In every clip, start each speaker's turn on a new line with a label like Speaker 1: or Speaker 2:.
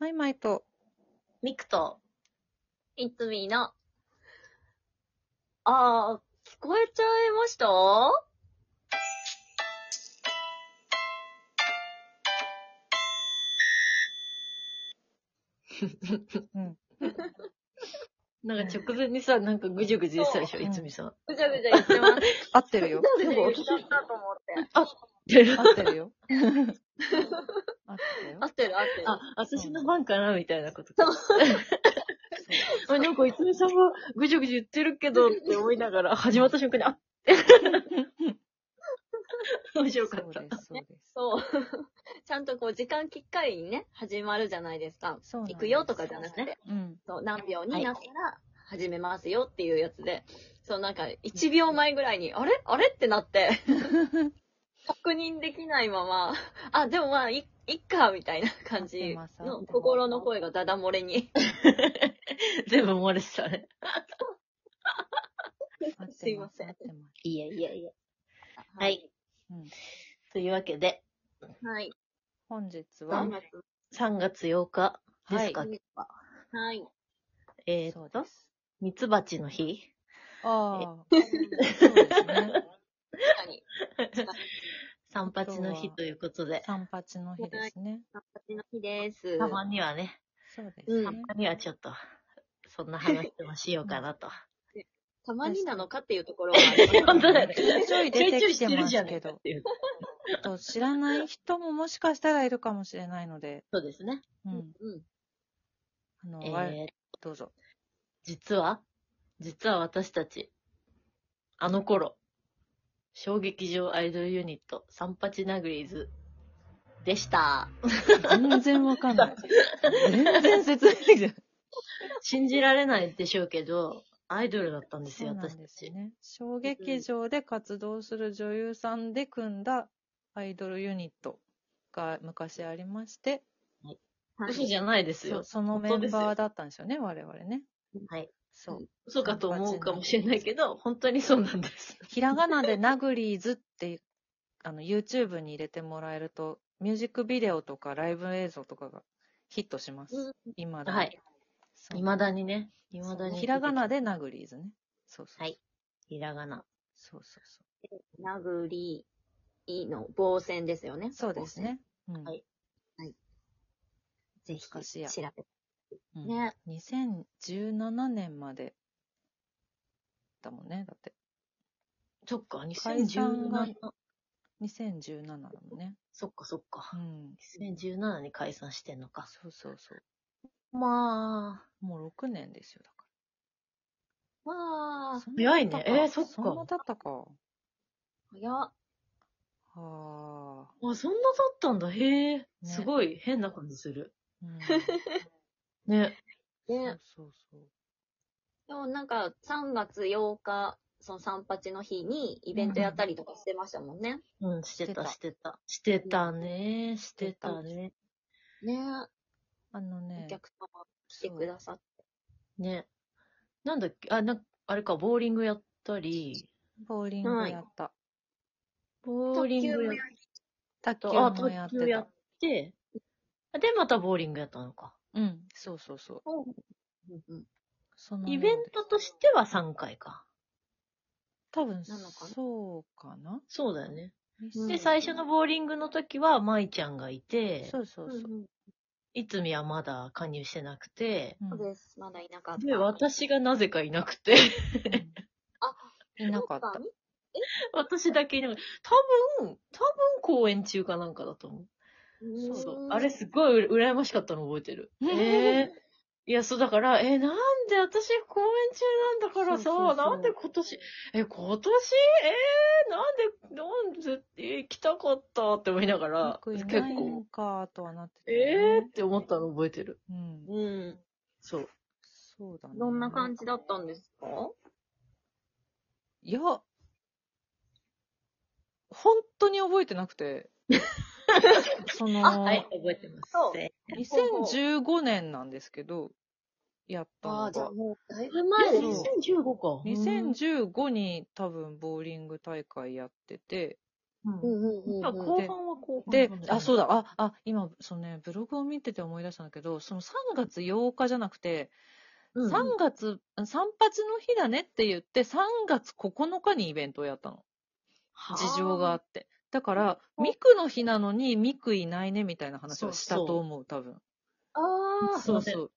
Speaker 1: マイマイと、
Speaker 2: ミクと、いつみの、あー、聞こえちゃいました
Speaker 1: うん、
Speaker 3: なんか直前にさ、なんかぐじゅぐじゅしたでしょ、
Speaker 1: そう
Speaker 3: いつみさん。
Speaker 2: ぐちゃぐちゃ言ってます。
Speaker 1: 合ってるよ。
Speaker 2: すぐ
Speaker 3: お
Speaker 2: 言っ
Speaker 3: 聞
Speaker 2: ち
Speaker 3: き
Speaker 2: ゃったと思って。
Speaker 1: 合ってる よ。合ってるよ
Speaker 2: 合。ってる合ってる。
Speaker 3: あ、私の番かなみたいなこと。
Speaker 2: そう
Speaker 3: あ、なんかいつみさんもぐじゅぐじゅ言ってるけどって思いながら、始まった瞬間に、あ 面白か
Speaker 1: そう
Speaker 3: った。
Speaker 1: です、そうです。
Speaker 2: そう。 ちゃんとこう、時間きっかりにね、始まるじゃないですか。
Speaker 1: そうなんです
Speaker 2: 行くよとかじゃなくて、
Speaker 1: うん。
Speaker 2: そう、何秒になったら、始めますよっていうやつで、そう、なんか、1秒前ぐらいに、あれあれってな って、確認できないまま、あ、でもまあ、いいっか、みたいな感
Speaker 1: 合って
Speaker 2: じ
Speaker 1: ます合っ
Speaker 2: の
Speaker 1: てます
Speaker 2: 心の声がダダ漏れに。
Speaker 3: 全部漏れてたね。
Speaker 1: 合ってます
Speaker 2: いません
Speaker 1: 合ってます
Speaker 3: いやいやいや。はい。
Speaker 1: うん
Speaker 3: というわけで、
Speaker 2: はい。
Speaker 1: 本日は
Speaker 2: 3
Speaker 3: 三、
Speaker 2: 月。
Speaker 3: 3月8日ですか、
Speaker 1: は
Speaker 3: 今日は
Speaker 2: はい。
Speaker 3: えー
Speaker 1: そう
Speaker 3: っと
Speaker 1: で、す。
Speaker 3: ミツバチの日
Speaker 1: ああ、そうですね。
Speaker 2: 確かに。
Speaker 3: 三八の日ということで、
Speaker 1: 三八の日ですね。
Speaker 2: 三八の日です。
Speaker 3: たまにはね、
Speaker 1: そうですね。
Speaker 3: たまにはちょっと、そんな話でもしようか なと。
Speaker 2: たまになのかっていうところはあります
Speaker 3: 本当だよね
Speaker 1: ちょいちょい出てきてます
Speaker 3: ね
Speaker 1: け
Speaker 3: えかっ
Speaker 1: ど、
Speaker 3: ていう
Speaker 1: ちょっと知らない人ももしかしたらいるかもしれないので、
Speaker 3: そうですね。
Speaker 1: うん。
Speaker 2: うん。
Speaker 1: あの、
Speaker 3: え
Speaker 1: わ
Speaker 3: ー、
Speaker 1: どうぞ。
Speaker 3: 実は、実は私たち、あの頃、小劇場アイドルユニット、三八ナグリーズでした。
Speaker 1: 全然わかん ない。全然説明できない。
Speaker 3: 信じられないでしょうけど、アイドルだったんです
Speaker 1: そう
Speaker 3: よ、
Speaker 1: なん
Speaker 3: 私
Speaker 1: で
Speaker 3: た
Speaker 1: す
Speaker 3: ち。
Speaker 1: ね。小劇場で活動する女優さんで組んだアイドルユニットが昔ありまして、
Speaker 3: 嘘じゃないです
Speaker 1: そ
Speaker 3: よ。
Speaker 1: そのメ
Speaker 3: 本当で
Speaker 1: ン
Speaker 3: すよ
Speaker 1: バーだったんですよね、我々ね。
Speaker 3: はい。
Speaker 1: そう。
Speaker 3: 嘘かと思うかもしれないけど、本当にそうなんです。
Speaker 1: ひらがなでナグリーズって、あの、YouTube に入れてもらえると、ミュージックビデオとかライブ映像とかがヒットします。
Speaker 2: うん
Speaker 1: 今だに。
Speaker 3: はい。
Speaker 1: そう
Speaker 3: 未だにね、未だ
Speaker 1: そう
Speaker 3: に。
Speaker 1: ひらがな。でナグリーズね。そうそうそう。
Speaker 3: はいひらがな。
Speaker 1: そうそうそ
Speaker 2: なぐりいの防線ですよね
Speaker 1: う。。そうですね。うん。
Speaker 3: はい
Speaker 2: 防線。ぜ
Speaker 1: 懐かし
Speaker 2: ひ
Speaker 1: や
Speaker 2: 調べて。
Speaker 1: うん
Speaker 2: ね。
Speaker 1: 2017年までだもんね。だって、
Speaker 3: そっか、
Speaker 1: 解散が
Speaker 3: 2017。
Speaker 1: 2017だもんね。
Speaker 3: そっかそっか
Speaker 1: う。ん。
Speaker 3: 2017に解散してんのか。
Speaker 1: そうそうそう。
Speaker 3: まあ、
Speaker 1: もう6年ですよ、だから。そんな経た
Speaker 2: わあ、
Speaker 3: 早いねえーそっか
Speaker 1: そんな経ったか。は
Speaker 2: 早っ。
Speaker 1: あ。
Speaker 3: あ、そんなだったんだ。へえ、すごい変な感じする。
Speaker 1: うん、
Speaker 3: ね。
Speaker 2: ね、
Speaker 1: そうそう
Speaker 2: でもなんか3月8日、その三八の日にイベントやったりとかしてましたもんね。
Speaker 3: うん、してた、
Speaker 1: し
Speaker 3: してた。してたね。してたね。
Speaker 2: ね
Speaker 1: あの
Speaker 2: え、
Speaker 1: ね
Speaker 2: お、客様来てくださって。
Speaker 3: ね。なんだっけ、あ、なんあれか、ボーリングやったり、
Speaker 1: ボーリングやった。
Speaker 3: ボーリングやっ
Speaker 1: 卓球
Speaker 3: た、あ、
Speaker 1: もや
Speaker 3: 卓
Speaker 1: って
Speaker 3: 球や
Speaker 1: た
Speaker 3: っ。て、で、またボーリングやったのか。
Speaker 1: うん、そうそうそう。
Speaker 2: うんうん
Speaker 1: その
Speaker 3: イベントとしては3回か。
Speaker 1: 多分、
Speaker 2: なのかな
Speaker 1: そうかな。
Speaker 3: そうだよね。
Speaker 2: うん
Speaker 3: で、最初のボーリングの時は、舞ちゃんがいて
Speaker 1: そ、うそううんそうう。
Speaker 2: ん
Speaker 3: いつみはまだ加入してなくて、
Speaker 1: うん
Speaker 2: そうです。まだいなかった。
Speaker 3: で、私がなぜかいなくて、
Speaker 2: あ
Speaker 1: うんいなかった
Speaker 2: そう。
Speaker 3: 私だけいなくて、多分、多分公演中かなんかだと思う。そうそう。あれすっごい羨ましかったの覚えてる。
Speaker 1: うん
Speaker 3: ええいや、そうだから、え、なんで私公演中なんだからさ、
Speaker 1: そうそうそう
Speaker 3: なんで今年、え、今年えー、なんで、なんで、えー来たかったって思いなが
Speaker 1: よ
Speaker 3: ら、
Speaker 1: くい
Speaker 3: 結
Speaker 1: ない
Speaker 3: 構
Speaker 1: ん、かとはなってたよね、
Speaker 3: えーって思ったの覚えてる。
Speaker 1: うん。
Speaker 2: うん。
Speaker 3: そう。
Speaker 1: そうだね。
Speaker 2: どんな感じだったんですか
Speaker 1: いや、本当に覚えてなくて。その、
Speaker 3: あ、はい、覚えてます。
Speaker 2: そう
Speaker 3: え
Speaker 1: 2015年なんですけど、やったのが。
Speaker 2: もう、だい
Speaker 3: ー前、
Speaker 1: そう
Speaker 3: 2015か。
Speaker 1: 2015に多分ボーリング大会やってて、
Speaker 3: うん
Speaker 2: うん
Speaker 3: 今後半は後半。
Speaker 1: で、あ、そう
Speaker 3: だ。
Speaker 1: だ、あ、あ、今、そのね、ブログを見てて思い出したんだけど、その3月8日じゃなくて、
Speaker 3: うん
Speaker 1: 3月、三八の日だねって言って、3月9日にイベントをやったの。事情があって。だから、
Speaker 2: うん
Speaker 1: ミクの日なのに、ミクいないねみたいな話をしたと思う、多分。
Speaker 2: ああ、
Speaker 3: そ
Speaker 2: そうう
Speaker 3: ね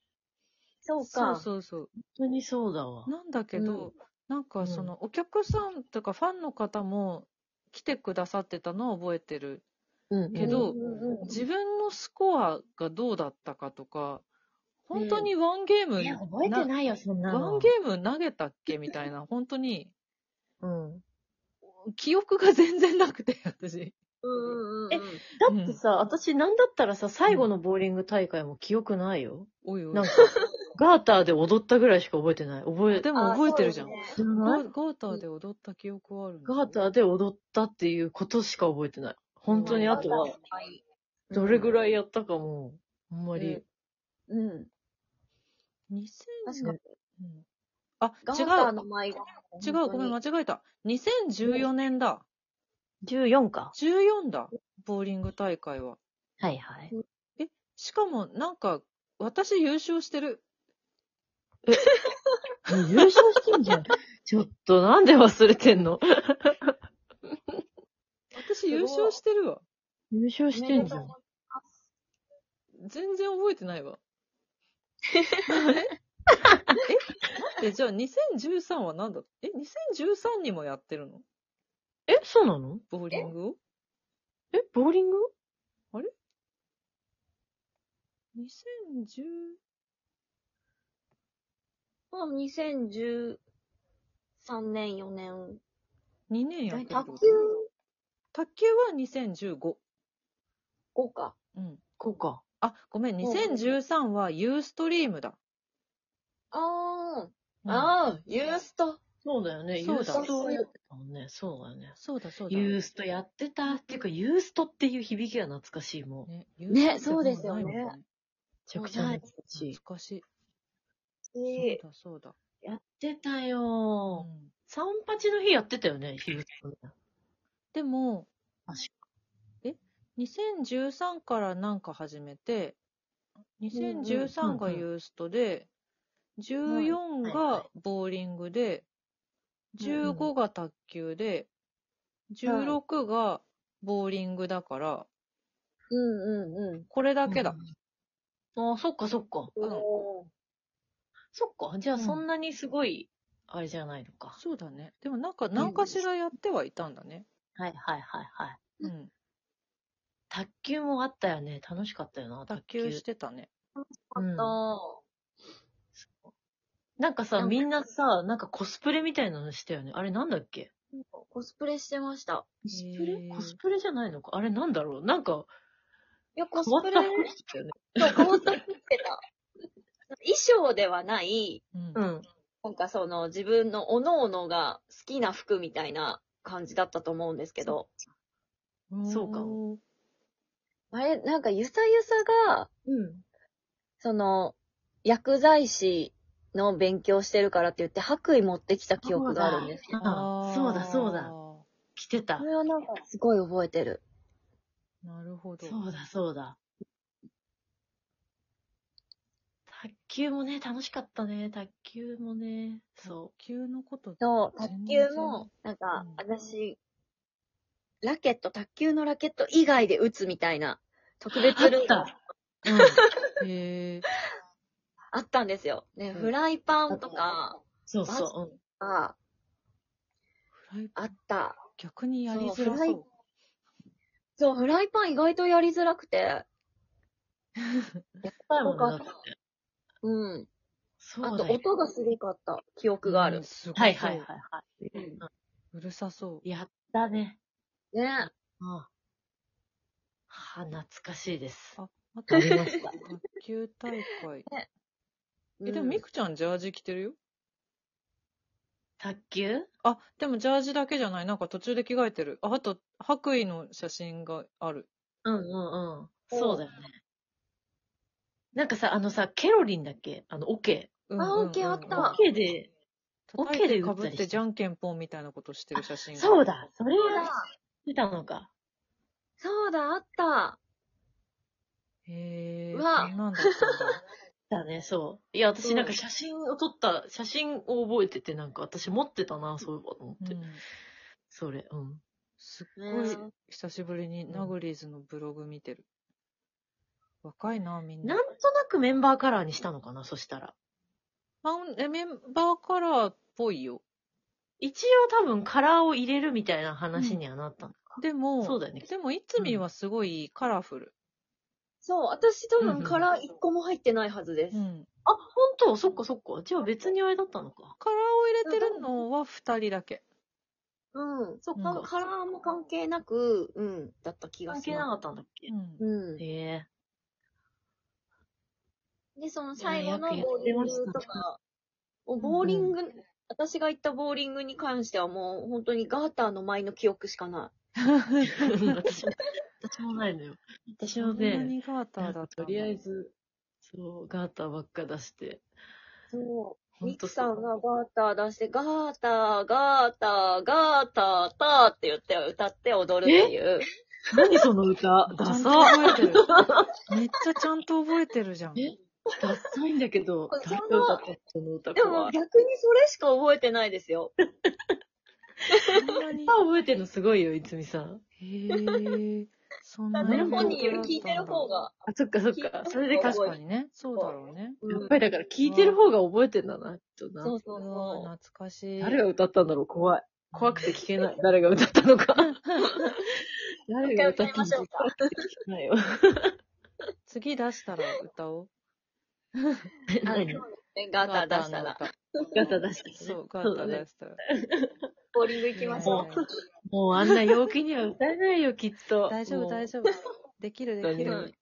Speaker 1: そう。そ
Speaker 2: か。
Speaker 1: うそうそう。
Speaker 3: 本当にそうだわ。
Speaker 1: なんだけど、
Speaker 2: うん
Speaker 1: なん
Speaker 3: う
Speaker 1: か
Speaker 3: ん
Speaker 1: そのお客さんとかファンの方も来てくださってたのは覚えてる
Speaker 3: うん
Speaker 1: けど
Speaker 2: うんうんうん
Speaker 1: 自分のスコアがどうだったかとか本当にワンゲーム、
Speaker 3: いや、覚えてないよ、そんな
Speaker 1: ワ
Speaker 3: の。
Speaker 1: ンゲーム投げたっけみたい な本当に
Speaker 3: うん。
Speaker 1: 記憶が全然なくて 私
Speaker 2: うんうんうんうん。
Speaker 3: だってさ、私なんだったらさ、最後のボーリング大会も記憶ないよ。
Speaker 1: おいおい
Speaker 3: なんか、 ガーターで踊ったぐらいしか覚えてない。覚え、
Speaker 1: で
Speaker 3: て
Speaker 1: も覚えてるじゃん、
Speaker 2: あーそ
Speaker 1: ガ
Speaker 2: う
Speaker 3: ない
Speaker 1: ーガーターで踊った記憶はあるんです
Speaker 3: ガ
Speaker 1: よ
Speaker 3: ーターで踊ったっていうことしか覚えてない。本当にあとは、どれぐらいやったかも、あんまり。
Speaker 2: うんうん。確
Speaker 1: 2000
Speaker 2: か
Speaker 1: 年
Speaker 2: に。
Speaker 1: うんあ
Speaker 2: ガー
Speaker 1: 違
Speaker 2: タ
Speaker 1: う
Speaker 2: ーの前が。
Speaker 1: 違う、ごめん、間
Speaker 2: 本
Speaker 1: 違えた。2014年だ。
Speaker 3: 14か。
Speaker 1: 14だ。ボーリング大会は。
Speaker 3: はいはい。
Speaker 1: しかも、なんか、私優勝してる。
Speaker 3: 優勝してんじゃ ん。ちょっと、なんで忘れてんの
Speaker 1: 私
Speaker 2: ごい
Speaker 1: 優勝してるわ。
Speaker 3: 優勝
Speaker 2: 当に
Speaker 3: してんじゃん。。
Speaker 1: 全然覚えてないわ。あれえ、じゃあ2013は何だえ、2013にもやってるの
Speaker 3: え、そうなの
Speaker 1: ボーリングを
Speaker 3: え、ボーリング
Speaker 1: ?2010、
Speaker 2: もう2013年、4年。
Speaker 1: 2年やってるって
Speaker 2: 卓
Speaker 1: こ
Speaker 2: 球
Speaker 1: と卓球は2015。
Speaker 2: 5か。
Speaker 1: うん。
Speaker 3: こうか。
Speaker 1: あ、ごめん、2013はユーストリームだ。
Speaker 2: あ
Speaker 1: うん
Speaker 2: あ、ああ、ユースト。
Speaker 3: そうだよね。ユ
Speaker 1: そう
Speaker 3: ー
Speaker 1: だ
Speaker 3: ストやってたもんね。そうだよね。
Speaker 1: そうだそうだ。
Speaker 3: ユーストやってた。っていうか、ユーストっていう響きが懐かしいもん。め
Speaker 1: ね、
Speaker 2: ねそうですよね
Speaker 1: ユースってもうないもん
Speaker 3: ちゃくちゃ懐かしい。
Speaker 1: 懐かしい。
Speaker 2: え
Speaker 1: そうだそうだ。
Speaker 3: やってた
Speaker 1: う
Speaker 3: よー。
Speaker 1: ん、
Speaker 3: 三八の日やってたよね、ヒルトね。
Speaker 1: でも、
Speaker 3: 確か
Speaker 1: 2013からなんか始めて、2013がユーストで、14がボーリングで、15が卓球で、16がボーリングだから、
Speaker 2: うんうんうん。
Speaker 1: これだけだ。
Speaker 3: うんああ、そっかそっか。
Speaker 1: うん
Speaker 2: おー
Speaker 3: そっか。じゃあ
Speaker 1: うん
Speaker 3: そんなにすごい、あれじゃないのか。
Speaker 1: そうだね。でもなんか何かしらやってはいたんだね。
Speaker 3: はいはいはいはい。
Speaker 2: う
Speaker 1: うん。
Speaker 3: 卓球もあったよね。楽しかったよな、
Speaker 1: 卓球してたね。
Speaker 2: あったー。
Speaker 3: なんかさ、
Speaker 2: なんか
Speaker 3: みんなさ、なんかコスプレみたいなのしたよね。あれなんだっけ
Speaker 2: コスプレしてました。
Speaker 3: コスプレ
Speaker 1: へー
Speaker 3: コスプレじゃないのか。あれなんだろうなんか、
Speaker 2: いや、コス
Speaker 3: 変わっ
Speaker 2: プレ
Speaker 3: た服したよね。
Speaker 2: と変わった服着てた。衣装ではない、
Speaker 1: うん
Speaker 3: うん。
Speaker 2: なんかその自分のおのおのが好きな服みたいな感じだったと思うんですけど、
Speaker 3: そうか
Speaker 1: も。
Speaker 2: あれ、なんかゆさゆさが、
Speaker 3: うん。
Speaker 2: その、薬剤師の勉強してるからって言って、白衣持ってきた記憶があるんですよ。
Speaker 3: ああそうだそうだ。着てた
Speaker 2: こ。れはなんかすごい覚えてる。
Speaker 1: なるほど。
Speaker 3: そうだそうだ。卓球もね、楽しかったね。卓球もね、
Speaker 1: 卓
Speaker 3: そ
Speaker 1: 球のこと
Speaker 2: そう、卓球も、なんか、私、ラケット、卓球のラケット以外で打つみたいな、特別ルール
Speaker 3: あ
Speaker 2: が
Speaker 3: っ う。うん。
Speaker 1: へえ。
Speaker 2: あったんですよ。ね、
Speaker 3: うん
Speaker 2: フライパンとか、
Speaker 3: そうそう。
Speaker 2: あ
Speaker 1: フライ
Speaker 2: あった。
Speaker 1: 逆にやりづら
Speaker 2: そうフラ
Speaker 1: そ
Speaker 2: イそう、フライパン意外とやりづらくて。
Speaker 3: うん。やったいも
Speaker 2: そ
Speaker 3: ん
Speaker 2: う
Speaker 3: だっ
Speaker 2: か
Speaker 3: て。
Speaker 2: うん。
Speaker 3: そ
Speaker 2: あ
Speaker 3: う
Speaker 2: と、
Speaker 3: だよ。
Speaker 2: 音がすごかった記
Speaker 1: う。
Speaker 2: 憶があ
Speaker 1: う
Speaker 2: る
Speaker 1: ん。すご
Speaker 3: はいはいはい
Speaker 1: そう
Speaker 3: は
Speaker 2: うん
Speaker 1: うるさそ
Speaker 3: い。やったね。
Speaker 2: ね
Speaker 3: うん。はあ、懐かしいです。
Speaker 1: う。あと
Speaker 3: あ、りました。
Speaker 1: 卓球大 会。
Speaker 2: うん
Speaker 1: え、でもミクちゃんジャージ着てるよ。
Speaker 3: 卓球
Speaker 1: あ、でもジャージだけじゃない。なんか途中で着替えてる。あ、あと、白衣の写真がある。
Speaker 3: うんうんうん。そうだよね。なんかさ、あのさ、ケロリンだっけあの、オケ。
Speaker 1: うん
Speaker 2: あ
Speaker 1: うんうん
Speaker 2: オッケーあった
Speaker 3: オケで、
Speaker 1: 叩
Speaker 3: オッケー
Speaker 1: い
Speaker 3: で
Speaker 1: て
Speaker 3: 打
Speaker 1: か
Speaker 3: った
Speaker 1: ぶ
Speaker 3: り
Speaker 1: っ
Speaker 3: して
Speaker 1: てじゃんけんぽんみたいなことしてる写真が。
Speaker 3: そうだ、それは、てたのか。
Speaker 2: そうだ、あった。
Speaker 1: へえ、
Speaker 2: うわ
Speaker 1: こんなんだったんだ。
Speaker 3: だね、そう。いや、私なん
Speaker 2: う
Speaker 3: か
Speaker 2: ん
Speaker 3: 写真を撮った、写真を覚えてて、なんか私持ってたな、そういえばと思 って。
Speaker 1: うん、
Speaker 3: それ、うん。
Speaker 1: すっごい
Speaker 2: ね
Speaker 1: 久しぶりにナグリーズのブログ見てる。若いな、みん
Speaker 3: な。
Speaker 1: なん
Speaker 3: となくメンバーカラーにしたのかな、そしたら。
Speaker 1: マウンえメンバーカラーっぽいよ。
Speaker 3: 一応多分カラーを入れるみたいな話にはなったのか。
Speaker 1: でも、
Speaker 3: そうだよね
Speaker 1: でも、いつみはすごいカラフル。
Speaker 2: そう、私多
Speaker 3: うんう
Speaker 2: 分
Speaker 3: ん
Speaker 2: カラー1個も入ってないはずです。
Speaker 1: うん
Speaker 3: あ、本当そっかそっか。じゃあ別にあれだったのか。
Speaker 1: カラーを入れてるのは2人だけ。
Speaker 2: うん。そ
Speaker 3: うん
Speaker 2: こ、カラーも関係なく、うん、だった気が
Speaker 3: 関
Speaker 2: し
Speaker 3: 係な
Speaker 2: ま
Speaker 3: かったんだっけ
Speaker 1: うん
Speaker 2: す。うん
Speaker 3: へ。え。
Speaker 2: で、その最後の
Speaker 3: いやよく
Speaker 2: ボー
Speaker 3: やって
Speaker 2: リン
Speaker 3: ま
Speaker 2: グ
Speaker 3: し
Speaker 2: と
Speaker 3: た
Speaker 2: か、もうボーリング、私が行ったボーリングに関してはもう本当にガーターの前の記憶しかな
Speaker 3: 私も、私もないのよ。私
Speaker 1: そ
Speaker 3: も
Speaker 1: んな
Speaker 3: ね、
Speaker 1: にガーターだった
Speaker 3: と
Speaker 1: んだ
Speaker 3: りあえず、そう、ガーターばっか出して。
Speaker 2: い。そ
Speaker 3: ほ
Speaker 2: う。ミ
Speaker 3: んと
Speaker 2: ク
Speaker 3: そ
Speaker 2: さ
Speaker 3: うん
Speaker 2: がガーター出して、ガーター、ガーター、ガーター、ターって言って歌って踊るっていう。
Speaker 3: 何その歌
Speaker 1: ち
Speaker 3: ダ
Speaker 1: ゃんと
Speaker 3: サ
Speaker 1: 覚えてる。めっちゃちゃんと覚えてるじゃ ん。
Speaker 3: えダサいんだけど、
Speaker 2: これ
Speaker 3: 誰
Speaker 2: そん
Speaker 3: が
Speaker 2: な
Speaker 3: 歌ったその歌
Speaker 2: でも
Speaker 3: 怖い。
Speaker 2: 逆にそれしか覚えてないですよ。
Speaker 1: そんなに
Speaker 3: 歌。覚えてるのすごいよ、いつみさん。
Speaker 1: へえ。そんな
Speaker 3: な
Speaker 2: 本
Speaker 3: るほど
Speaker 2: 本人より聞いてる方
Speaker 1: が。
Speaker 2: が。
Speaker 3: あ、そっかそっ
Speaker 2: 聞いた
Speaker 3: か。
Speaker 2: こと
Speaker 3: それでか、
Speaker 1: 確かにね。そうだろうね。
Speaker 2: う
Speaker 3: や
Speaker 2: ん
Speaker 3: っぱりだから聞いてる方が覚えてんだな、きっとな。
Speaker 2: そう
Speaker 1: う
Speaker 2: そう
Speaker 1: わ
Speaker 2: そう。
Speaker 1: 懐かしい。
Speaker 3: 誰が歌ったんだろう怖い。怖くて聞け ない。誰が歌ったのか。誰が歌ったのか
Speaker 2: もう一
Speaker 3: 怖くて聞けない よ。
Speaker 1: 次出したら歌おう。
Speaker 2: あ
Speaker 3: 何
Speaker 2: そうですね ガーター出したら。
Speaker 1: ガー
Speaker 3: ガタ出したね。
Speaker 1: ターの歌そう、ガータ
Speaker 3: だ
Speaker 1: ー
Speaker 3: ね
Speaker 1: 出。したら。
Speaker 2: ボーリング 行きましょ
Speaker 3: ね
Speaker 2: う。
Speaker 3: もうあんな陽気には歌えないよ、きっと。
Speaker 1: 大丈夫、大
Speaker 3: 丈
Speaker 1: 丈夫。できる、
Speaker 3: 本
Speaker 1: で
Speaker 3: 当
Speaker 1: き
Speaker 3: に
Speaker 1: る。